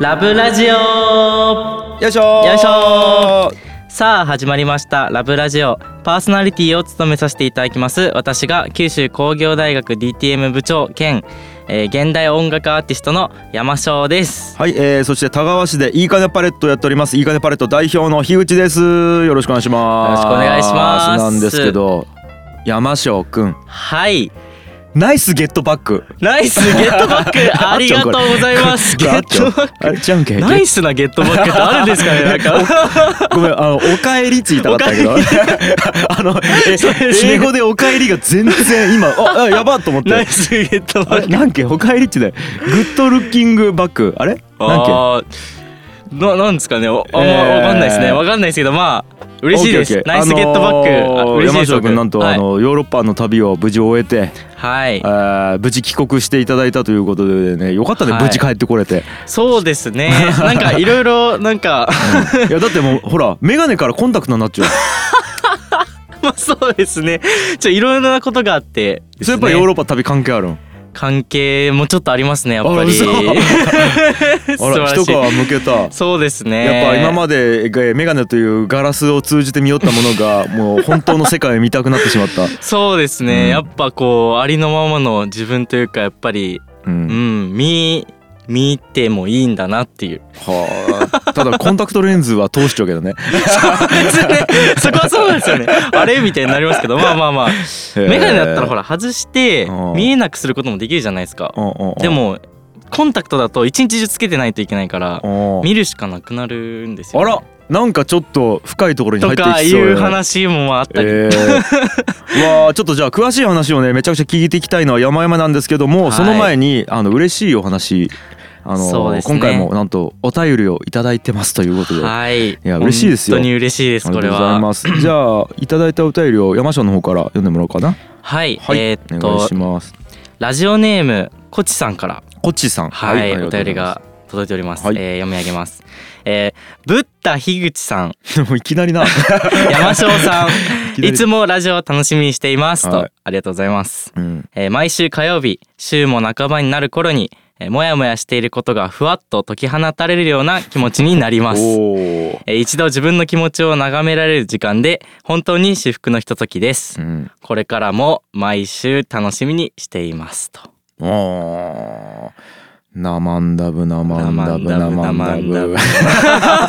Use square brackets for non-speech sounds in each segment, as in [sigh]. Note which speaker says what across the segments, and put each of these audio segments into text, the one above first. Speaker 1: ラブラジオ
Speaker 2: よいしょー
Speaker 1: よいしょさあ始まりましたラブラジオパーソナリティを務めさせていただきます私が九州工業大学 DTM 部長兼、えー現代音楽アーティストの山翔です
Speaker 2: はい、えー、そして田川市でいいかねパレットやっておりますいいかねパレット代表の樋口ですよろしくお願いします
Speaker 1: よろしくお願いします
Speaker 2: なんですけど山椒くん
Speaker 1: はい
Speaker 2: ナイスゲットバック
Speaker 1: ナイスゲットバッ
Speaker 2: [laughs]
Speaker 1: クありがとうございますゲ
Speaker 2: あっ
Speaker 1: ッ
Speaker 2: ち
Speaker 1: ト
Speaker 2: ゃんこ
Speaker 1: バ
Speaker 2: れ
Speaker 1: ッ
Speaker 2: あれじゃんけ
Speaker 1: ク
Speaker 2: ん
Speaker 1: ナイスなゲットバックってあるんですかねなんか
Speaker 2: ごめんあの「おかえり」って言いたかったけど [laughs] あのえ
Speaker 1: そうですね
Speaker 2: 英語で「おかえり」が全然今ああやばっと思っ
Speaker 1: ナイ
Speaker 2: て
Speaker 1: スゲット
Speaker 2: あ
Speaker 1: バッ
Speaker 2: れ
Speaker 1: ク
Speaker 2: なんけ「おかえり」ってねグッドルッキングバックあれなんけ
Speaker 1: あーななんですかねおあんま
Speaker 2: えー
Speaker 1: わかんないですねわかんないですけどまあ嬉しいです
Speaker 2: オッケー
Speaker 1: ナ
Speaker 2: オッケ
Speaker 1: イ
Speaker 2: ー
Speaker 1: スゲットバック、
Speaker 2: あ
Speaker 1: あ
Speaker 2: のー
Speaker 1: 嬉しい
Speaker 2: 山
Speaker 1: です
Speaker 2: 下君なんと、
Speaker 1: はい
Speaker 2: あのヨーロッパの旅を無事終えて、
Speaker 1: はい
Speaker 2: えー無事帰国していただいたということでねよかったね、
Speaker 1: はい
Speaker 2: 無事帰ってこ
Speaker 1: [laughs]
Speaker 2: れて
Speaker 1: そうです
Speaker 2: [laughs]
Speaker 1: ねなんかいろいろなんか
Speaker 2: いやだってもうほら眼鏡からコンタクトになっちゃう、
Speaker 1: [laughs] まあそうですねちょいろいろなことがあってです
Speaker 2: それ
Speaker 1: ね
Speaker 2: やっぱヨーロッパ旅関係あるん
Speaker 1: 関係もちょっとありますねやっぱ
Speaker 2: あ
Speaker 1: り
Speaker 2: 嘘
Speaker 1: [laughs] 素
Speaker 2: あ
Speaker 1: 晴
Speaker 2: ら
Speaker 1: らし
Speaker 2: 一皮
Speaker 1: い
Speaker 2: 向けた
Speaker 1: そうですね
Speaker 2: やっぱ今までえー眼鏡というガラスを通じて見よったものがもう本当の世界を見たくなってしま
Speaker 1: [laughs]
Speaker 2: った、
Speaker 1: そうですね、やっぱこうありのままの自分というかやっぱり
Speaker 2: う
Speaker 1: うんん見見てもいいんだなって
Speaker 2: [laughs]
Speaker 1: いう
Speaker 2: はあただコンタクトレンズは通しちゃうけ
Speaker 1: [laughs]
Speaker 2: どね
Speaker 1: 別にそこはそうなんですよねあれみたいになりますけどまあまあまあ眼鏡だったらほ
Speaker 2: ら、
Speaker 1: ら外して
Speaker 2: うん
Speaker 1: 見えなくすることもできるじゃないですか
Speaker 2: うんうんうん
Speaker 1: でもコンタクトだと一日中つけてないといけないから
Speaker 2: うん
Speaker 1: 見るしかなくなるんですよ
Speaker 2: あ
Speaker 1: ね、
Speaker 2: らなんかちょっと深いところに入
Speaker 1: と
Speaker 2: ってい
Speaker 1: か
Speaker 2: き
Speaker 1: い
Speaker 2: そう
Speaker 1: う
Speaker 2: やね
Speaker 1: 話もあったり、
Speaker 2: えー、 [laughs] わあちょっとじゃあ詳しい話をねめちゃくちゃ聞いていきたいのは山々なんですけども、
Speaker 1: はい
Speaker 2: その前にあの嬉しいお話あ
Speaker 1: そ
Speaker 2: の、
Speaker 1: うですね
Speaker 2: 今回もなんとお便りをいただいてますということで。
Speaker 1: はいい
Speaker 2: や嬉しいですよ
Speaker 1: 本当に嬉しいです
Speaker 2: あり
Speaker 1: こ
Speaker 2: が
Speaker 1: れ
Speaker 2: とうござい
Speaker 1: は
Speaker 2: ます。じゃあいただいたお便りを山椒の方から読んでもらおうかな。
Speaker 1: はい、
Speaker 2: はい、
Speaker 1: えーっ
Speaker 2: お願い
Speaker 1: と
Speaker 2: します。
Speaker 1: ラジオネームこちさんから
Speaker 2: こっちさん、
Speaker 1: はい、
Speaker 2: あ
Speaker 1: お
Speaker 2: とうござ
Speaker 1: 便り
Speaker 2: いま
Speaker 1: が届いております、
Speaker 2: はい
Speaker 1: えー読み上げます、えー、ブッダ樋口
Speaker 2: [laughs]
Speaker 1: さん
Speaker 2: す。もういきな
Speaker 1: [laughs]
Speaker 2: りな。
Speaker 1: 山椒さん
Speaker 2: きないり
Speaker 1: つもラジオを楽しみにしていますと、
Speaker 2: はい
Speaker 1: ありがとうございます、
Speaker 2: うん、
Speaker 1: えー毎週火曜日週も半ばになる頃に、えー、もやもやしていることがふわっと解き放たれるような気持ちになり
Speaker 2: お
Speaker 1: ます
Speaker 2: お。
Speaker 1: えー一度自分の気持ちを眺められる時間で本当に至福のひとときです、
Speaker 2: うん。
Speaker 1: これからも毎週楽しみにしていますと
Speaker 2: おお。なまんだぶなまんだぶ
Speaker 1: な
Speaker 2: な
Speaker 1: ま
Speaker 2: ま
Speaker 1: んだぶ
Speaker 2: んだぶ。 [laughs]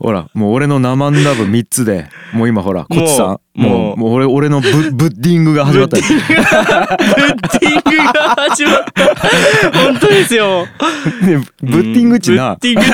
Speaker 2: ほらもう俺の生ンダブ3つでもう今ほらこっちさん
Speaker 1: もう
Speaker 2: もうもう俺俺
Speaker 1: [laughs]
Speaker 2: のブブッディングが始まったよ
Speaker 1: ブッティングが始まった本当ですよ
Speaker 2: ねブッティングっちな
Speaker 1: ブッティングっ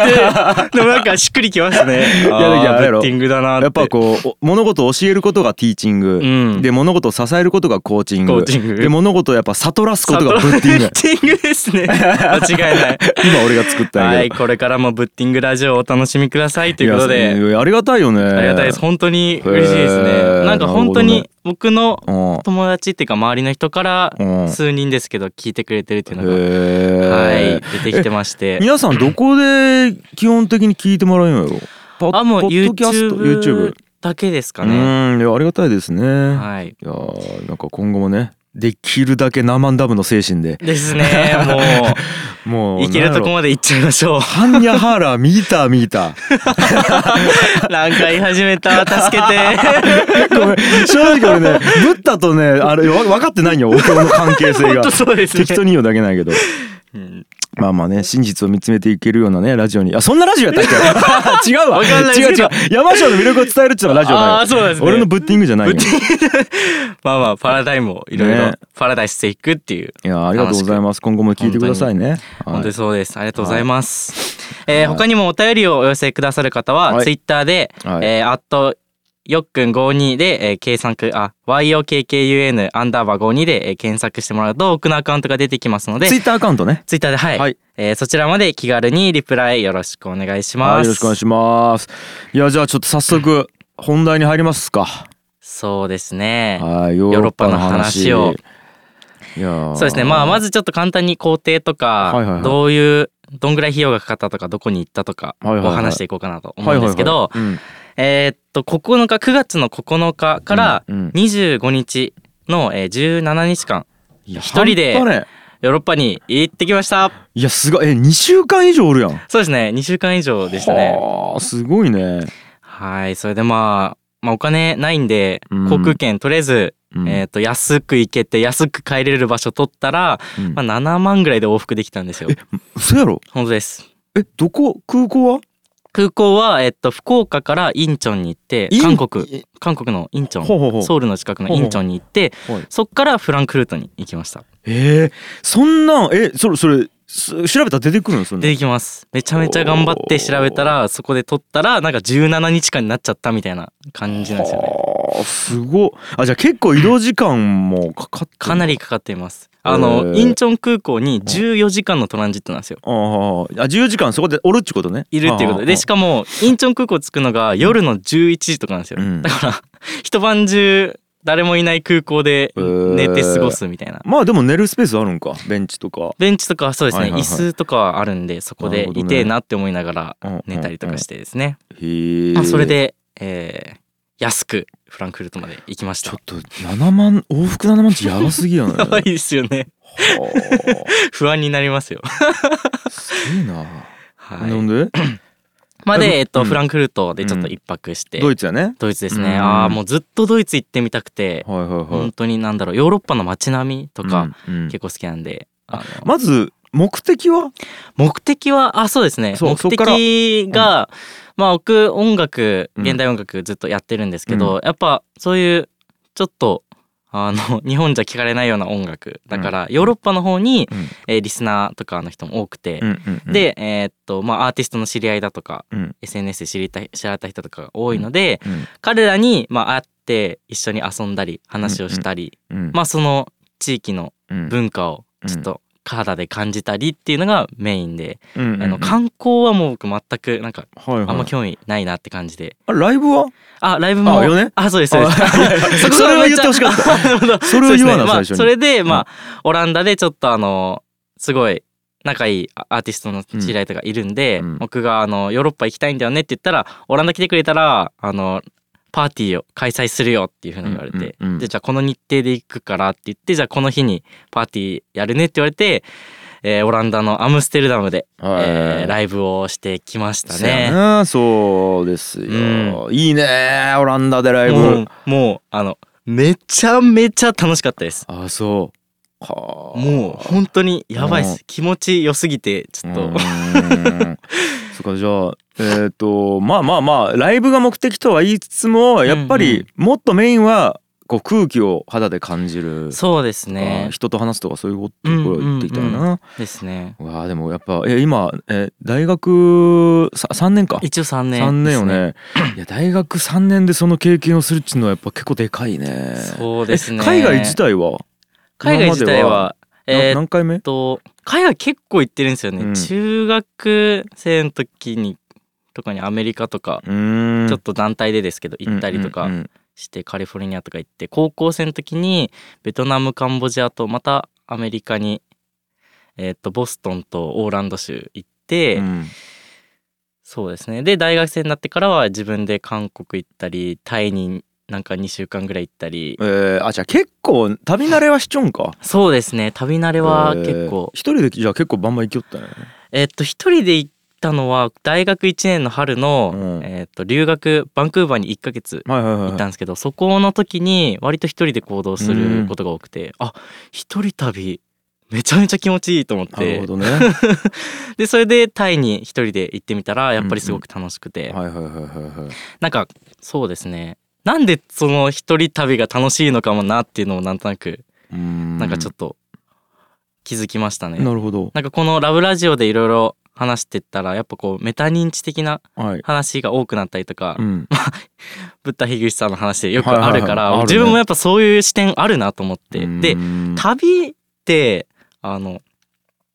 Speaker 1: てでもなんかしっくりきますねい
Speaker 2: やだけどあれやろ
Speaker 1: ブッティングだなって
Speaker 2: やっぱこうお物事を教えることがティーチング、
Speaker 1: うん
Speaker 2: で物事を支えることがコーチング
Speaker 1: コーチング
Speaker 2: で物事をやっぱ悟らすことがブッティング
Speaker 1: ブッティングですね間違いない
Speaker 2: 今俺が作ったんやけど、
Speaker 1: はいこれからもブッティングラジオをお楽しみくださいということ
Speaker 2: や
Speaker 1: で
Speaker 2: やありがたいよね
Speaker 1: あ
Speaker 2: あ
Speaker 1: りがたいです本当に嬉しいです
Speaker 2: へ
Speaker 1: ね
Speaker 2: ー
Speaker 1: なんか本当
Speaker 2: なるほど
Speaker 1: に
Speaker 2: ね
Speaker 1: 僕の
Speaker 2: うん
Speaker 1: 友達っていうか周りの人から
Speaker 2: うん
Speaker 1: 数人ですけど聞いてくれてるっていうのがは
Speaker 2: へ
Speaker 1: い
Speaker 2: え
Speaker 1: 出てきてまして
Speaker 2: [laughs] 皆さんどこで基本的に聞いてもらえるんやろパ
Speaker 1: あもう
Speaker 2: ポッドキャスト
Speaker 1: YouTube だけですかね
Speaker 2: うんいやありがたいですね、
Speaker 1: はい
Speaker 2: いやーなんか今後もねできるだけナマンダムの精神で
Speaker 1: ですねも
Speaker 2: [laughs] も
Speaker 1: う
Speaker 2: う
Speaker 1: いけるとこ
Speaker 2: なんやろ
Speaker 1: まで行っちゃいましょう
Speaker 2: ハンニャハーラーミーターミータ
Speaker 1: [laughs] なんか言い始めた助け
Speaker 2: [laughs]
Speaker 1: て
Speaker 2: ーごめん正直俺ねブッダとねあれわ分かってないんよお経の関係性
Speaker 1: [laughs] 本
Speaker 2: が
Speaker 1: 当そうですね
Speaker 2: 適当に言うだけなんやけど
Speaker 1: うん
Speaker 2: まあまあね真実を見つめていけるようなねラジオにあそんなラジオやったっ
Speaker 1: [laughs]
Speaker 2: け違うわ
Speaker 1: わかんないです
Speaker 2: 違う
Speaker 1: け
Speaker 2: 違
Speaker 1: ど
Speaker 2: う山椒の魅力を伝えるっていうのはラジオ
Speaker 1: あ
Speaker 2: な
Speaker 1: あ
Speaker 2: い
Speaker 1: そうなんですね
Speaker 2: 俺のブッティングじゃないよ
Speaker 1: まあまあパラダイムをいろいろ
Speaker 2: ね
Speaker 1: パラダイスしていくっていう
Speaker 2: いやーありがとうございます今後も聞いてくださいね
Speaker 1: 本当
Speaker 2: はい
Speaker 1: にそうです。ありがとうございます。えー他にもお便りをお寄せくださる方は、
Speaker 2: はい
Speaker 1: ツイッターで、
Speaker 2: はい
Speaker 1: えー、あと、よっくん52で、えー、計算く、あ、YOKKUN アンダーバー52で、えー検索してもらうと、奥のアカウントが出てきますので、
Speaker 2: ツ
Speaker 1: ツ
Speaker 2: イッターアカウントね
Speaker 1: イッターで、はい、
Speaker 2: はい
Speaker 1: えーそちらまで気軽にリプライよろしくお願いします。
Speaker 2: はい、よろしくお願いします。いや、じゃあちょっと早速本題に入りますか。
Speaker 1: そうですね。
Speaker 2: はい、ヨーロッパの話
Speaker 1: ヨーロッパの話を。
Speaker 2: いやー、
Speaker 1: そうですね。まあ、まずちょっと簡単に工程とか、
Speaker 2: はいはいはい
Speaker 1: どういう、どんぐらい費用がかかったとか、どこに行ったとか、
Speaker 2: はいはいはい
Speaker 1: を話していこうかなと思
Speaker 2: は
Speaker 1: う
Speaker 2: い
Speaker 1: ん
Speaker 2: は
Speaker 1: で
Speaker 2: いはい
Speaker 1: すけど、
Speaker 2: うん
Speaker 1: えーっと9日9月の9日から
Speaker 2: うんうん
Speaker 1: 25日の、えー、17日間
Speaker 2: いや
Speaker 1: 一人で
Speaker 2: 半端ね
Speaker 1: ヨーロッパに行ってきました
Speaker 2: いやすごいえ2週間以上おるやん
Speaker 1: そうですね2週間以上でしたね
Speaker 2: はあすごいね、
Speaker 1: はいそれでまあまあお金ないんで
Speaker 2: うん
Speaker 1: 航空券取れず、
Speaker 2: うん
Speaker 1: えー、と安く行けて安く帰れる場所取ったら、
Speaker 2: うん
Speaker 1: まあ、7万ぐらいで往復できたんですよ
Speaker 2: そうやろ
Speaker 1: 本当です
Speaker 2: えどこ空港は
Speaker 1: 空港は、えっと、福岡からインチョンに行って
Speaker 2: イン
Speaker 1: 韓国
Speaker 2: え
Speaker 1: 韓国のインチョン
Speaker 2: ほうほうほう
Speaker 1: ソウルの近くのインチョンに行って
Speaker 2: ほうほうはい
Speaker 1: そっからフランクフルトに行きました
Speaker 2: えー、そんなんえそれそれす調べたら出てくるのそんな
Speaker 1: 出てきますめちゃめちゃ頑張って調べたらそこで取ったらなんか17日間になっちゃったみたいな感じなんですよね
Speaker 2: はあすごっあじゃあ結構移動時間もかかってる
Speaker 1: かなりかかっています
Speaker 2: へー
Speaker 1: あのインチョン空港に14時間のトランジットなんですよ
Speaker 2: あーあ14時間そこでおるっちゅうことね
Speaker 1: いるっていうことででし
Speaker 2: か
Speaker 1: かもインチョン空港着くのが夜の11時とかなんですよ
Speaker 2: うん
Speaker 1: だから [laughs] 一晩中誰もいない空港で寝て過ごすみたいな
Speaker 2: まあでも寝るスペースあるんかベンチとか
Speaker 1: ベンチとかはそうですね、
Speaker 2: はいはいはい
Speaker 1: 椅子とかはあるんでそこ
Speaker 2: なる
Speaker 1: で
Speaker 2: ほど
Speaker 1: い
Speaker 2: ね
Speaker 1: てえなって思いながら
Speaker 2: うんうんうん
Speaker 1: [laughs] 寝たりとかしてですね、
Speaker 2: へえ、
Speaker 1: まあ、それで、えー安くフランクフルトまで行きまし
Speaker 2: ち
Speaker 1: た
Speaker 2: ょっと7万往復7万ってやばすぎやな
Speaker 1: [laughs] やばいですよね
Speaker 2: は
Speaker 1: 不安になりますよ
Speaker 2: あすげえな、
Speaker 1: は
Speaker 2: ないんで
Speaker 1: まあ
Speaker 2: うん
Speaker 1: で、えっと、
Speaker 2: うん
Speaker 1: フランクフルトでちょっと一泊して、
Speaker 2: ドイツやね
Speaker 1: ドイツです
Speaker 2: うん
Speaker 1: ねああもうずっとドイツ行ってみたくて
Speaker 2: はいはいはい
Speaker 1: 本当になんだろうヨーロッパの街並みとか
Speaker 2: うんうん
Speaker 1: 結構好きなんで、あの
Speaker 2: まず目的は
Speaker 1: 目的はあそうですね
Speaker 2: そう
Speaker 1: 目
Speaker 2: そっから
Speaker 1: 的が、まあ僕音楽
Speaker 2: うん
Speaker 1: 現代音楽ずっとやってるんですけど、やっぱそういうちょっとあの [laughs] 日本じゃ聞かれないような音楽だから、ヨーロッパの方に、
Speaker 2: うん
Speaker 1: えーリスナーとかの人も多くて、
Speaker 2: うんうんうん
Speaker 1: で、えーっとまあアーティストの知り合いだとか、
Speaker 2: うん
Speaker 1: SNS で知りたい知られた人とかが多いので、
Speaker 2: うん
Speaker 1: 彼らに、まあ、会って一緒に遊んだり話をしたり、
Speaker 2: うん
Speaker 1: まあその地域の
Speaker 2: うん
Speaker 1: 文化をちょっと肌で感じたりっていうのがメインで。
Speaker 2: うんうん
Speaker 1: あの観光はもう僕全くなんか
Speaker 2: はいはい
Speaker 1: あんま興味ないなって感じで。
Speaker 2: あライブは
Speaker 1: あライブも
Speaker 2: あよね
Speaker 1: あそう [laughs] ですそうです
Speaker 2: あいやいや
Speaker 1: こが
Speaker 2: それは
Speaker 1: め
Speaker 2: 言っ
Speaker 1: ちゃ
Speaker 2: てほしかった [laughs]
Speaker 1: あなるほど
Speaker 2: それを
Speaker 1: そうで
Speaker 2: 言わな
Speaker 1: す
Speaker 2: 最初に
Speaker 1: まあ、それでまあオランダでちょっとあのすごい仲いいアアーティストの知り合いとかいるんで、
Speaker 2: うんうん
Speaker 1: 僕があのヨーロッパ行きたいんだよねって言ったらオランダ来てくれたらあのパーティーを開催するよっていうふうに言われて、
Speaker 2: うんうんうん
Speaker 1: でじゃあこの日程で行くからって言ってじゃあこの日にパーティーやるねって言われて、えーオランダのアムステルダムでえーライブをしてきました
Speaker 2: そうや
Speaker 1: ね。
Speaker 2: なそうですよ、いいねオランダでライブ、
Speaker 1: もうもうあのめちゃめちゃ楽しかったです。
Speaker 2: あそうはあ
Speaker 1: もう本当にやばいで
Speaker 2: うん
Speaker 1: す。気持ち良すぎてちょっ
Speaker 2: う
Speaker 1: と
Speaker 2: ーん [laughs] そっかじゃあえっ、とまあまあまあライブが目的とは言いつつもやっぱ
Speaker 1: う
Speaker 2: りもっとメインはこう空気を肌で感じる、
Speaker 1: そうですね
Speaker 2: あ。人と話すとかそういうこところを言っていきたいな、
Speaker 1: うですね。
Speaker 2: うわあでもやっぱえ今え大学さ3年か
Speaker 1: 一応三年、
Speaker 2: 3年よ。ねいや大学3年でその経験をするっちゅうのはやっぱ結構でかいね
Speaker 1: そうですね。
Speaker 2: え海外自体は
Speaker 1: 海外自体
Speaker 2: 今まで
Speaker 1: はえ
Speaker 2: な
Speaker 1: ーっ
Speaker 2: 何回目
Speaker 1: と海外結構行ってるんですよね。
Speaker 2: うん
Speaker 1: 中学生の時にとかにアメリカとか。
Speaker 2: うーん
Speaker 1: ちょっと団体でですけど行ったりとか
Speaker 2: うんうん
Speaker 1: してカリフォルニアとか行って高校生の時にベトナムカンボジアとまたアメリカに、えー、とボストンとオーランド州行って、
Speaker 2: うんうん
Speaker 1: そうですねで大学生になってからは自分で韓国行ったりタイになんか2週間ぐらい行ったり、
Speaker 2: えーあじゃあ結構旅慣れはしちょんか
Speaker 1: そうですね旅慣れ [laughs] は結構
Speaker 2: えー一人でじゃあ結構バンバン行きよったね
Speaker 1: えっと一人で行ったのは大学1年の春の、
Speaker 2: うん
Speaker 1: えっと留学バンクーバーに1ヶ月
Speaker 2: はいはいはい
Speaker 1: 行ったんですけど、そこの時に割と一人で行動することが多くて、あ一人旅めちゃめちゃ気持ちいいと思っ
Speaker 2: なる
Speaker 1: て
Speaker 2: ほ
Speaker 1: [laughs]
Speaker 2: どねはい
Speaker 1: でそれでタイに一人で行ってみたらやっぱりすごく楽しくて、
Speaker 2: はいはいはいはい
Speaker 1: なんかそうですねなんでその一人旅が楽しいのかもなっていうのをなんとなく
Speaker 2: うーん
Speaker 1: なんかちょっと気づきましたね。
Speaker 2: なるほど
Speaker 1: なんかこの「ラブラジオ」でいろいろ話してったらやっぱこうメタ認知的な
Speaker 2: はい
Speaker 1: 話が多くなったりとか、
Speaker 2: うん
Speaker 1: ブッダ樋口さんの話でよくあるから、
Speaker 2: はいはいはいあるね
Speaker 1: 自分もやっぱそういう視点あるなと思って、で
Speaker 2: うーん
Speaker 1: 旅ってあの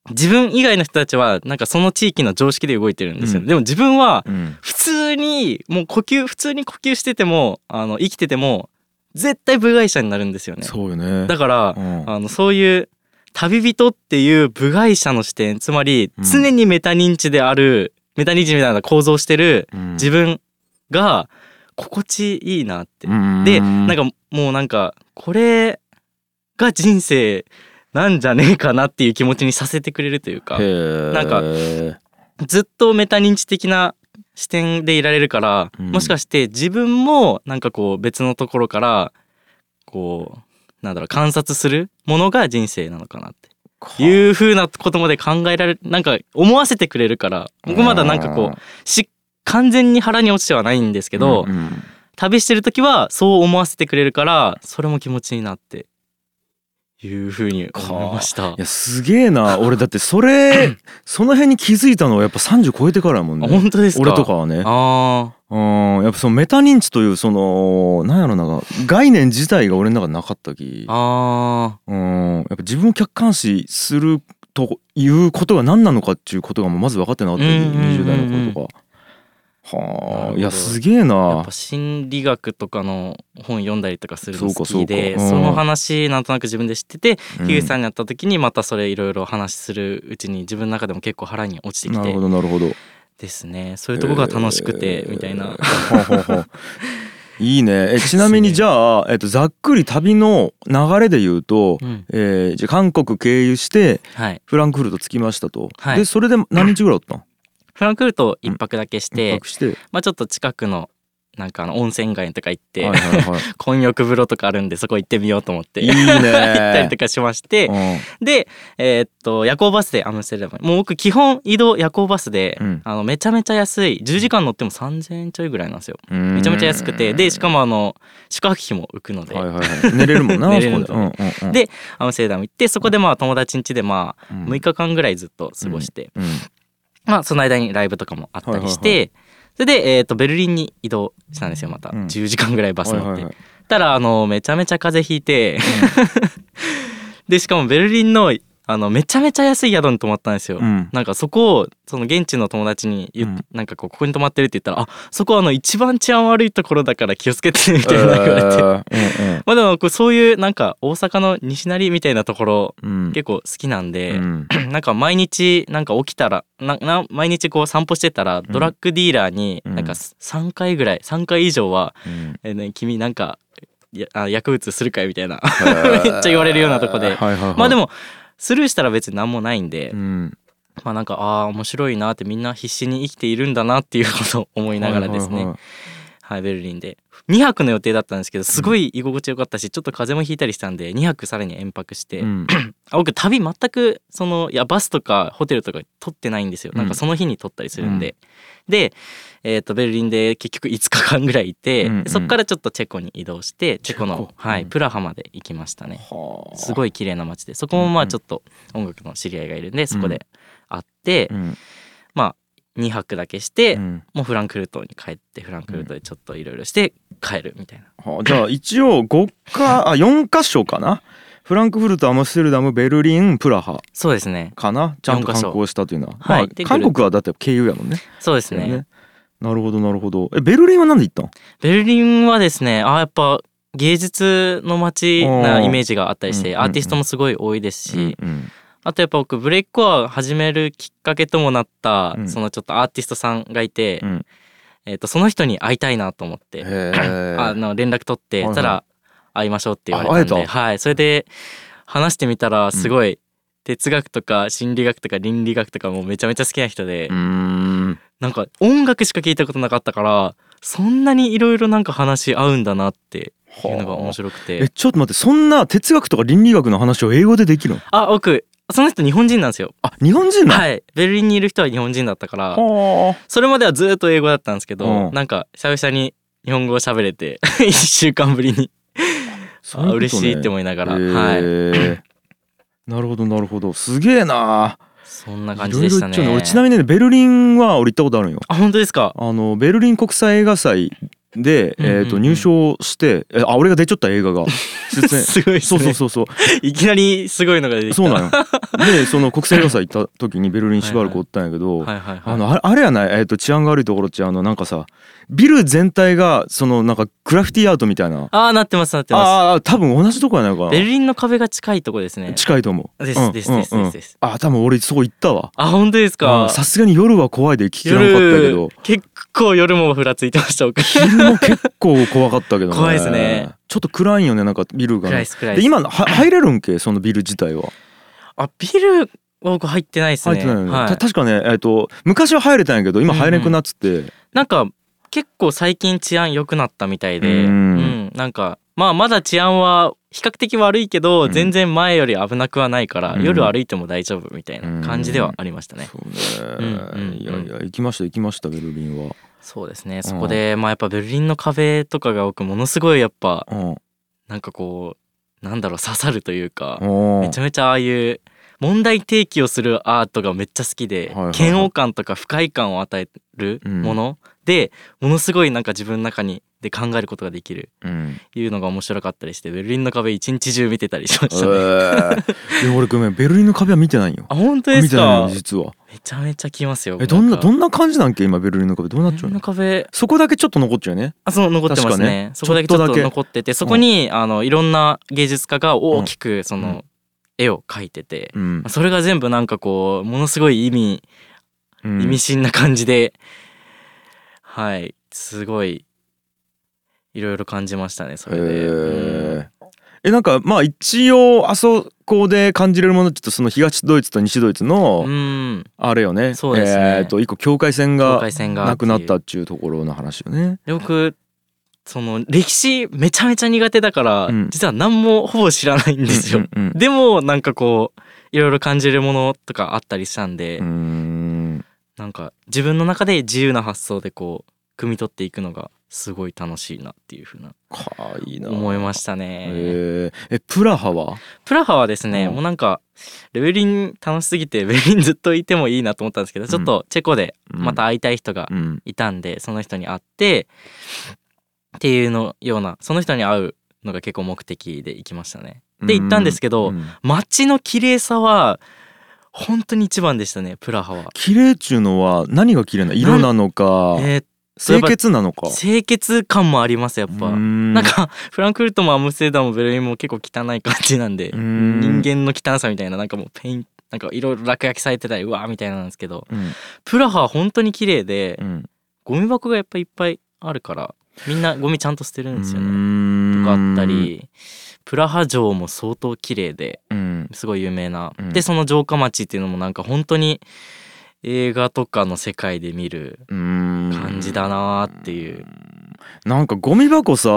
Speaker 1: 自分以外の人たちはなんかその地域の常識で動いてるんですよ、
Speaker 2: うん
Speaker 1: でも自分は
Speaker 2: うん
Speaker 1: 普通にもう呼吸普通に呼吸しててもあの生きてても絶対部外者になるんですよね
Speaker 2: そうよね
Speaker 1: だから、
Speaker 2: うん
Speaker 1: あのそういう旅人っていう部外者の視点つまり
Speaker 2: うん
Speaker 1: 常にメタ認知である、メタ認知みたいな構造をしてる
Speaker 2: うん
Speaker 1: 自分が心地いいなって
Speaker 2: うーん
Speaker 1: でなんかもうなんかこれが人生なんじゃねえかなっていう気持ちにさせてくれるというか
Speaker 2: へえ
Speaker 1: なんかずっとメタ認知的な視点でいられるから、
Speaker 2: うん
Speaker 1: もしかして自分もなんかこう別のところからこうなんだろう観察するものが人生なのかなっていう風なことまで考えられなんか思わせてくれるから僕まだなんかこうし完全に腹に落ちてはないんですけ
Speaker 2: け
Speaker 1: ど、旅してる時はそう思わせてくれるからそれも気持ちいいなっていう風に思いました
Speaker 2: い。やすげえ
Speaker 1: [laughs]
Speaker 2: な俺だってそれその辺に気づいたのはやっぱ30超えてからやもん
Speaker 1: あ
Speaker 2: ね
Speaker 1: 本当ですか
Speaker 2: 俺とかはね
Speaker 1: あ
Speaker 2: うんやっぱそのメタ認知というそのなんやろな概念自体が俺の中でなかったき
Speaker 1: ーあ
Speaker 2: うんやっぱ自分を客観視するということが何なのかっていうことがまず分かってなかったき
Speaker 1: うんうんうんうん
Speaker 2: 20代の頃とか。
Speaker 1: なる
Speaker 2: は
Speaker 1: ほ
Speaker 2: あ
Speaker 1: ど
Speaker 2: いやすげえ
Speaker 1: ーやっ
Speaker 2: な
Speaker 1: ぱ。心理学とかの本読んだりとかするの好
Speaker 2: そ
Speaker 1: き
Speaker 2: うかそう
Speaker 1: で
Speaker 2: か
Speaker 1: そ,、
Speaker 2: うん
Speaker 1: の話なんとなく自分で知ってて、
Speaker 2: うん
Speaker 1: ヒューさんに会った時にまたそれいろいろ話するうちに自分の中でも結構腹に落ちてき
Speaker 2: なる
Speaker 1: て
Speaker 2: ほどなるほど。
Speaker 1: ですねそういうとこが楽しくて、
Speaker 2: えー
Speaker 1: みたいな。
Speaker 2: ほうほうほういいね。えちなみにじゃあえっとざっくり旅の流れで言うと、
Speaker 1: うん
Speaker 2: えーじゃあ韓国経由して
Speaker 1: はい、
Speaker 2: フランクフルト着きましたと。
Speaker 1: はい
Speaker 2: でそれで
Speaker 1: [clears throat]
Speaker 2: 何日ぐらいおったの？
Speaker 1: フランクフルト一泊だけし
Speaker 2: 一
Speaker 1: て、
Speaker 2: 泊して。
Speaker 1: まあ、ちょっと近くのなんかあの温泉街とか行って、
Speaker 2: はいはいはい。
Speaker 1: 混浴風呂とかあるん [laughs] でそこ行ってみようと思って
Speaker 2: いいね
Speaker 1: 行ったりとかしまして、で、えーっと夜行バスでアムステルダムもう僕基本移動夜行バスで、
Speaker 2: うん
Speaker 1: あのめちゃめちゃ安い10時間乗っても3,000円ちょいぐらいなんですよ
Speaker 2: うん
Speaker 1: めちゃめちゃ安くてでしかもあの宿泊費も浮くので、
Speaker 2: はいはいはい、寝れるもんな
Speaker 1: 寝れる
Speaker 2: あそこでうんうんうん
Speaker 1: でアムステルダム行ってそこでまあ友達ん家でまあ
Speaker 2: うん
Speaker 1: 6日間ぐらいずっと過ごして、
Speaker 2: うん
Speaker 1: まあその間にライブとかもあったりして、
Speaker 2: はい
Speaker 1: それで、えーっとベルリンに移動したんですよまた、
Speaker 2: うん
Speaker 1: 10時間ぐらいバス乗って、
Speaker 2: はいはいはい
Speaker 1: たらあのめちゃめちゃ風邪ひいて、 [laughs] でしかもベルリンのあのめちゃめちゃ安い宿に泊まったんですよ、
Speaker 2: うん
Speaker 1: なんかそこをその現地の友達に言っ
Speaker 2: うん
Speaker 1: なんかこうここに泊まってるって言ったら「あそこはあの一番治安悪いところだから気をつけてね」みたいな言われて、
Speaker 2: えー
Speaker 1: まあでもこうそういうなんか大阪の西成みたいなところ
Speaker 2: うんうんうん
Speaker 1: 結構好きなんで、
Speaker 2: うん
Speaker 1: [clears throat] なんか毎日なんか起きたらなな毎日こう散歩してたらドラッグディーラーに
Speaker 2: うん
Speaker 1: なんか3回ぐらい3回以上は
Speaker 2: うん
Speaker 1: えね、君なんかやあ薬物するかいみたいな [laughs] めっちゃ言われるようなとこで、
Speaker 2: はいはいは
Speaker 1: [laughs]
Speaker 2: い
Speaker 1: まあでもスルーしたら別に何もないんで、
Speaker 2: うん
Speaker 1: まあなんかああ面白いなってみんな必死に生きているんだなっていうことを思いながらですね、はい
Speaker 2: はいはいはい
Speaker 1: ベルリンで2泊の予定だったんですけどすごい居心地よかったし、ちょっと風邪もひいたりしたんで2泊さらに延泊して、
Speaker 2: うん
Speaker 1: あ僕旅全くそのいやバスとかホテルとか取ってないんですよ、
Speaker 2: うん
Speaker 1: なんかその日に取ったりするんで、で、えー、とベルリンで結局5日間ぐらいいて、
Speaker 2: うんうん
Speaker 1: そっからちょっとチェコに移動してチェコの
Speaker 2: チェコ
Speaker 1: はい、
Speaker 2: うん
Speaker 1: プラハまで行きましたね
Speaker 2: はあ
Speaker 1: すごい綺麗な街でそこもま
Speaker 2: う
Speaker 1: あ
Speaker 2: ん
Speaker 1: ちょっと音楽の知り合いがいるんでそこで会って
Speaker 2: うん
Speaker 1: 2泊だけして、
Speaker 2: うん
Speaker 1: もうフランクフルトに帰ってフランクフルトでちょっといろいろして帰るみたいな、
Speaker 2: はあじゃあ一応五
Speaker 1: [laughs]
Speaker 2: かあ四箇所かなフランクフルトアムステルダムベルリンプラハ
Speaker 1: そうですね
Speaker 2: かなちゃ
Speaker 1: 四
Speaker 2: んと
Speaker 1: 箇
Speaker 2: 観
Speaker 1: 所
Speaker 2: 光したというのは、
Speaker 1: はい
Speaker 2: まあ
Speaker 1: で
Speaker 2: 韓国はだって経由やもんね
Speaker 1: そうですね
Speaker 2: なるほどなるほどえベルリンはなんで行ったの
Speaker 1: ベルリンはですねあやっぱ芸術の街なイメージがあったりし
Speaker 2: う
Speaker 1: て
Speaker 2: んうんうん
Speaker 1: アーティストもすごい多いですし、
Speaker 2: うんうん
Speaker 1: あとやっぱ僕ブレイクコア始めるきっかけともなった、
Speaker 2: うん
Speaker 1: そのちょっとアーティストさんがいて、
Speaker 2: うん
Speaker 1: えー、とその人に会いたいなと思って、
Speaker 2: へえ
Speaker 1: あの連絡取って、
Speaker 2: はいはい
Speaker 1: たら会いましょうって言われたんで
Speaker 2: あ会えた
Speaker 1: はい、それで話してみたらすごい、哲学とか心理学とか倫理学とかもめちゃめちゃ好きな人で、
Speaker 2: うーん
Speaker 1: なんか音楽しか聞いたことなかったからそんなにいろいろなんか話し合うんだなっていうのが面白く
Speaker 2: え
Speaker 1: て
Speaker 2: ちょっと待ってそんな哲学とか倫理学の話を英語でできるの
Speaker 1: あ僕その人日本人なんですよ
Speaker 2: あ日本人なの、
Speaker 1: はいベルリンにいる人は日本人だったから
Speaker 2: はあ
Speaker 1: それまではずっと英語だったんですけど、
Speaker 2: うん
Speaker 1: なんか久々に日本語を喋れて [laughs] 1週間ぶりに
Speaker 2: そう
Speaker 1: あ
Speaker 2: いうことね
Speaker 1: 嬉しいって思いながら、
Speaker 2: へ
Speaker 1: はい
Speaker 2: え
Speaker 1: [laughs]
Speaker 2: なるほどなるほどすげえな
Speaker 1: そんない感
Speaker 2: ろ
Speaker 1: じ
Speaker 2: いろ
Speaker 1: で
Speaker 2: 言
Speaker 1: し
Speaker 2: っ
Speaker 1: た
Speaker 2: ちゃう
Speaker 1: ね
Speaker 2: ね俺ちなみにねベルリンは俺行ったことあるんよ
Speaker 1: あ本当ですか
Speaker 2: あのベルリン国際映画祭で、
Speaker 1: うんうんうん
Speaker 2: えー、と入賞してえあ俺が出ちゃった映
Speaker 1: [laughs]
Speaker 2: 画が出演
Speaker 1: すごいです
Speaker 2: そう
Speaker 1: ね
Speaker 2: そうそうそう
Speaker 1: いきなりすごいのが出てきた
Speaker 2: そうなんよでその国際映画祭行った時にベルリンしばらくおったんやけど、
Speaker 1: はいはいはい
Speaker 2: あのあれあれやない、えー、と治安が悪いところってあのなんかさビル全体がそのなんかグラフィティアートみたいな
Speaker 1: あーなってますなってま
Speaker 2: ああ多分同じとこやないか
Speaker 1: すベル
Speaker 2: な
Speaker 1: リンの壁が近いとこですね
Speaker 2: 近いと思う
Speaker 1: です
Speaker 2: うん
Speaker 1: ですです
Speaker 2: うんう
Speaker 1: で
Speaker 2: ん
Speaker 1: すです
Speaker 2: あ多分俺そこ行ったわ
Speaker 1: あ本当です
Speaker 2: うん
Speaker 1: か
Speaker 2: さすがに夜は怖いで聞きなかったけ
Speaker 1: 夜
Speaker 2: ど
Speaker 1: 結構夜もふらついてました僕 [laughs]
Speaker 2: 昼も結構怖かったけどね
Speaker 1: 怖いですね
Speaker 2: ちょっと暗いんよねなんかビルが
Speaker 1: 暗い
Speaker 2: ね
Speaker 1: です暗いで
Speaker 2: です今は入れるんけそのビル自体は
Speaker 1: あビルは僕入ってないです
Speaker 2: 入
Speaker 1: ね
Speaker 2: ってないよね、
Speaker 1: は
Speaker 2: た
Speaker 1: い、
Speaker 2: 確かねえっと昔は入れたんやけど今入れなくなっつって、
Speaker 1: なんか結構最近治安良くなったみたいで、
Speaker 2: う
Speaker 1: うんんなんかまあまだ治安は比較的悪いけど、
Speaker 2: うん
Speaker 1: 全然前より危なくはないから、
Speaker 2: うん
Speaker 1: 夜歩いても大丈夫みたいな感じではありましたね、
Speaker 2: そうね、
Speaker 1: うんうん
Speaker 2: いやいや行きました行きましたベルリンは、
Speaker 1: そうですねそこで、まあやっぱベルリンの壁とかが僕ものすごいやっぱ
Speaker 2: うん、
Speaker 1: なんかこうなんだろう刺さるというか、
Speaker 2: おー
Speaker 1: めちゃめちゃああいう問題提起をするアートがめっちゃ好きで、
Speaker 2: はいはいはい
Speaker 1: 嫌悪感とか不快感を与えるもの、でものすごいなんか自分の中にで考えることができる
Speaker 2: うん
Speaker 1: いうのが面白かったりしてベルリンの壁一日中見てたりしま
Speaker 2: え
Speaker 1: したね。
Speaker 2: ー、いや俺ごめんベルリンの壁は見てないよ
Speaker 1: あ本当で
Speaker 2: 見
Speaker 1: す
Speaker 2: てない
Speaker 1: か
Speaker 2: よ実は
Speaker 1: めちゃめちゃ来ますよ。
Speaker 2: えどんなど
Speaker 1: ん
Speaker 2: んな感じなんけ今ベルリンの壁どうなっちゃう
Speaker 1: の
Speaker 2: の
Speaker 1: 壁
Speaker 2: そこだけちょっと残っちゃうよね
Speaker 1: あそう残ってま
Speaker 2: 確
Speaker 1: す
Speaker 2: か
Speaker 1: ね
Speaker 2: ね
Speaker 1: そこだけちょっ
Speaker 2: ちょっ
Speaker 1: と
Speaker 2: とだけ
Speaker 1: 残っててそこに、あのいろんな芸術家が大きくその、
Speaker 2: うん
Speaker 1: 絵を描いてて、
Speaker 2: うん、
Speaker 1: それが全部なんかこうものすごい意味
Speaker 2: うん
Speaker 1: 意味深な感じで、はいすごいいろいろ感じましたねそれで。
Speaker 2: へー
Speaker 1: うん
Speaker 2: えなんかまあ一応あそこで感じれるものちょっとその東ドイツと西ドイツの
Speaker 1: うん、
Speaker 2: あれよね、
Speaker 1: そうですね
Speaker 2: えっ、と一個境界線
Speaker 1: 境
Speaker 2: が
Speaker 1: 界線が
Speaker 2: なくなった
Speaker 1: ていう
Speaker 2: っていうところの話よね。
Speaker 1: で僕その歴史めちゃめちゃ苦手だから、
Speaker 2: うん
Speaker 1: 実は何もほぼ知らないんですよ。
Speaker 2: うんうん
Speaker 1: でもなんかこういろいろ感じるものとかあったりしたんで、
Speaker 2: うん、うん
Speaker 1: なんか自分の中で自由な発想でこう汲み取っていくのがすごい楽しいなっていうふうな
Speaker 2: かわいいな。
Speaker 1: 思いましたね。
Speaker 2: えー、えプラハは
Speaker 1: プラハはですね、
Speaker 2: うん
Speaker 1: もうなんかベルリン楽しすぎてベルリンずっといてもいいなと思ったんですけど、ちょっとチェコでまた、会いたい人が
Speaker 2: うんうん
Speaker 1: いたんで、その人に会ってっていうのようなその人に会うのが結構目的で行きましたね。で行ったんですけど
Speaker 2: うん
Speaker 1: 街の綺麗さは本当に一番でしたねプラハは。
Speaker 2: 綺麗っちゅうのは何が綺麗な色なのか、
Speaker 1: えー
Speaker 2: 清潔なのか。
Speaker 1: 清潔感もありますやっぱ。な
Speaker 2: な
Speaker 1: んかフランクフルトもアムステルダムもベルリンも結構汚い感じなんで人間の汚さみたいななんかもうペインなんかいろいろ落書きされてたりうわーみたいなんですけど
Speaker 2: うん
Speaker 1: プラハは本当に綺麗で
Speaker 2: うん
Speaker 1: ゴミ箱がやっぱいっぱいあるからみんなゴミちゃんと捨てるんですよね。と
Speaker 2: と
Speaker 1: かあった、りプラハ城も相当綺麗で
Speaker 2: うん
Speaker 1: すごい有名な、
Speaker 2: うん
Speaker 1: でその城下町っていうのもなんか本当に映画とかの世界で見る
Speaker 2: 感
Speaker 1: 感じだなーっていう、
Speaker 2: なんかゴミ箱さ、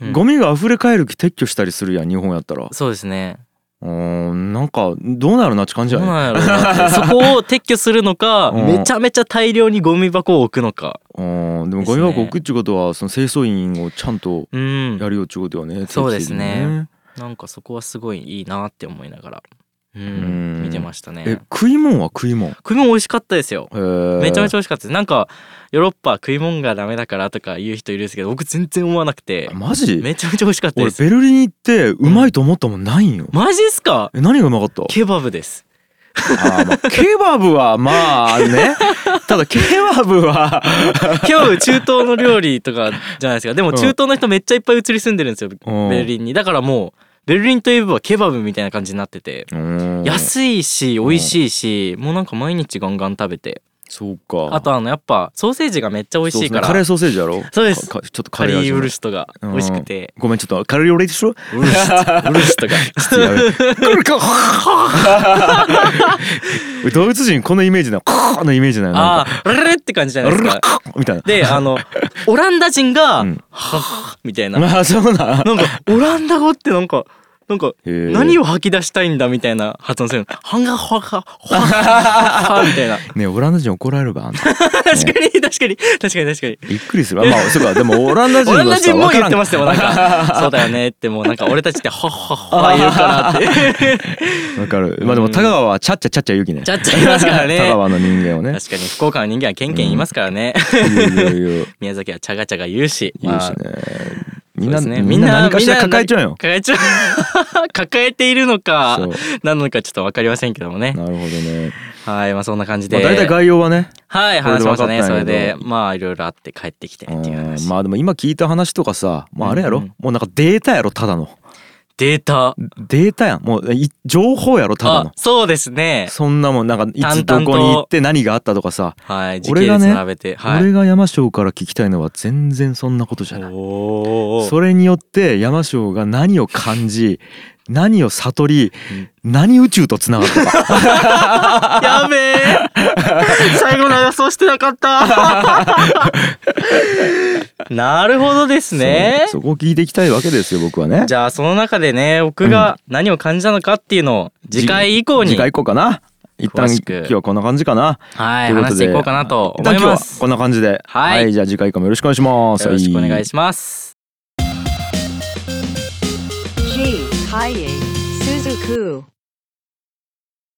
Speaker 1: うん
Speaker 2: ゴミが溢れ返る気撤去したりするやん日本やったら
Speaker 1: そうですね
Speaker 2: うーんなんかどうなるなって感じ
Speaker 1: ど
Speaker 2: や
Speaker 1: うなん
Speaker 2: ね
Speaker 1: やろうなって [laughs] そこを撤去するのか、
Speaker 2: うん
Speaker 1: めちゃめちゃ大量にゴミ箱を置くのか
Speaker 2: うーんでも
Speaker 1: です
Speaker 2: ゴ
Speaker 1: ね
Speaker 2: ミ箱置くっちゅうことはその清掃員をちゃんと
Speaker 1: うん
Speaker 2: やるよっちゅうことはね、定期的に
Speaker 1: そうですねなんかそこはすごいいいなって思いながら、うん
Speaker 2: うん
Speaker 1: 見てましたね
Speaker 2: え食い物は食い物
Speaker 1: 食い物美味しかったですよめ
Speaker 2: め
Speaker 1: ちゃめちゃ美
Speaker 2: ゃ
Speaker 1: 味しかったですなんかヨーロッパ食い物がダメだからとか言う人いるんですけど僕全然思わなくて
Speaker 2: マジ
Speaker 1: めちゃめちゃ美味しかった
Speaker 2: 俺
Speaker 1: です
Speaker 2: ベルリン行ってうまいと思ったもんないんよ、
Speaker 1: マジですか
Speaker 2: え何がうまかった
Speaker 1: ケバブです
Speaker 2: あーまあケバブはま
Speaker 1: [laughs]
Speaker 2: あねただケバブは
Speaker 1: ケバブ中東の料理とかじゃないですかでも
Speaker 2: うん
Speaker 1: 中東の人めっちゃいっぱい移り住んでるんですよ
Speaker 2: うん
Speaker 1: ベルリンにだからもうベルリンといえばケバブみたいな感じになってて
Speaker 2: うーん
Speaker 1: 安いし美味しいしもうなんか毎日ガンガン食べて
Speaker 2: そうか
Speaker 1: あとあのやっぱソーセージがめっちゃ美味しいから
Speaker 2: そうですねカレーソーセージやろ
Speaker 1: そうです
Speaker 2: かかちょっとカ
Speaker 1: カ
Speaker 2: レ
Speaker 1: リ
Speaker 2: ー味
Speaker 1: ー
Speaker 2: の
Speaker 1: ウルストが美味しくて、
Speaker 2: ごめんちょっとカレーオレでしょ
Speaker 1: ウルストウルストが
Speaker 2: [laughs] ちょっとやめてこれか俺ドイツ人このイメージなのカーのイメージなのなん
Speaker 1: あ
Speaker 2: か
Speaker 1: あルルルって感じじゃないですか
Speaker 2: カーみたいな
Speaker 1: であのオランダ人が「
Speaker 2: うん
Speaker 1: はぁみたいな
Speaker 2: まあそう
Speaker 1: な
Speaker 2: な
Speaker 1: んかオランダ語ってなんかなんか何
Speaker 2: を
Speaker 1: を吐き出したいんだみたいな発音するの「ハンガーホワカホワカ」みたいな
Speaker 2: ねえオランダ人怒られるばあんた
Speaker 1: 確かに確かに確かに確かに。
Speaker 2: びっくりするわまあそうかでもオランダ人
Speaker 1: オラン
Speaker 2: は
Speaker 1: ダ
Speaker 2: さ
Speaker 1: 人も
Speaker 2: わか
Speaker 1: 言
Speaker 2: ら
Speaker 1: っ
Speaker 2: ん
Speaker 1: てますよなんかそうだよねってもうなんか俺たちって「ホッホッホッ」言うからって
Speaker 2: わかるまあでも田川はちゃっちゃちゃっちゃ言うきね
Speaker 1: ちゃっちゃ言いますからね
Speaker 2: 田川の人間をね
Speaker 1: 確かに福岡の人間はケンケン言いますからね、
Speaker 2: 言う言う言う
Speaker 1: 宮崎はチャガチャガ言うし
Speaker 2: 言うしねみん
Speaker 1: まあ
Speaker 2: な
Speaker 1: そうですね
Speaker 2: みんな何かしら抱えちゃうよ
Speaker 1: 抱えちゃう抱えているのか
Speaker 2: そう
Speaker 1: 何なのかちょっと分かりませんけどもね
Speaker 2: なるほどね
Speaker 1: はいまあそんな感じ
Speaker 2: ま
Speaker 1: で、
Speaker 2: あ大体概要はね
Speaker 1: はい話しましたね
Speaker 2: こ
Speaker 1: そ
Speaker 2: れ
Speaker 1: れ
Speaker 2: で分かったんやけど
Speaker 1: でまあいろいろあって帰ってきてっていう
Speaker 2: うん
Speaker 1: 話、
Speaker 2: まあでも今聞いた話とかさ、まあ、あれやろ、
Speaker 1: うんうん
Speaker 2: もうなんかデータやろただの
Speaker 1: データ
Speaker 2: データやんもうい情報やろただ
Speaker 1: あ
Speaker 2: の
Speaker 1: そうですね
Speaker 2: そんなもんなんかいつ
Speaker 1: 淡
Speaker 2: ど
Speaker 1: 々と
Speaker 2: こに行って何があったとかさ
Speaker 1: はい時系
Speaker 2: 俺が
Speaker 1: 列
Speaker 2: ね
Speaker 1: 並べて、はい
Speaker 2: 俺が山椒から聞きたいのは全然そんなことじゃない
Speaker 1: おー
Speaker 2: それによって山椒が何を感
Speaker 1: [laughs]
Speaker 2: じ何を悟り何宇宙とつながるとか
Speaker 1: やべ
Speaker 2: [laughs]
Speaker 1: え最後の予想してなかった [laughs] なるほどです [laughs] ね
Speaker 2: そうそこを聞いていきたいわけですよ僕はね
Speaker 1: じゃあその中でね僕が何を感じたのかっていうのを次回以降に
Speaker 2: 次回以降かな一旦
Speaker 1: 詳しく
Speaker 2: 今日はこんな感じかな
Speaker 1: はい
Speaker 2: というこ
Speaker 1: 話
Speaker 2: とで
Speaker 1: していこうかなと
Speaker 2: 一
Speaker 1: 思
Speaker 2: 旦
Speaker 1: い
Speaker 2: 今日
Speaker 1: ま
Speaker 2: は
Speaker 1: す
Speaker 2: こんな感じで
Speaker 1: はい
Speaker 2: じゃあ次回以降もよろしくお願いします
Speaker 1: よろしくお願い
Speaker 2: し
Speaker 1: します。
Speaker 3: G. Kaye Suzuku.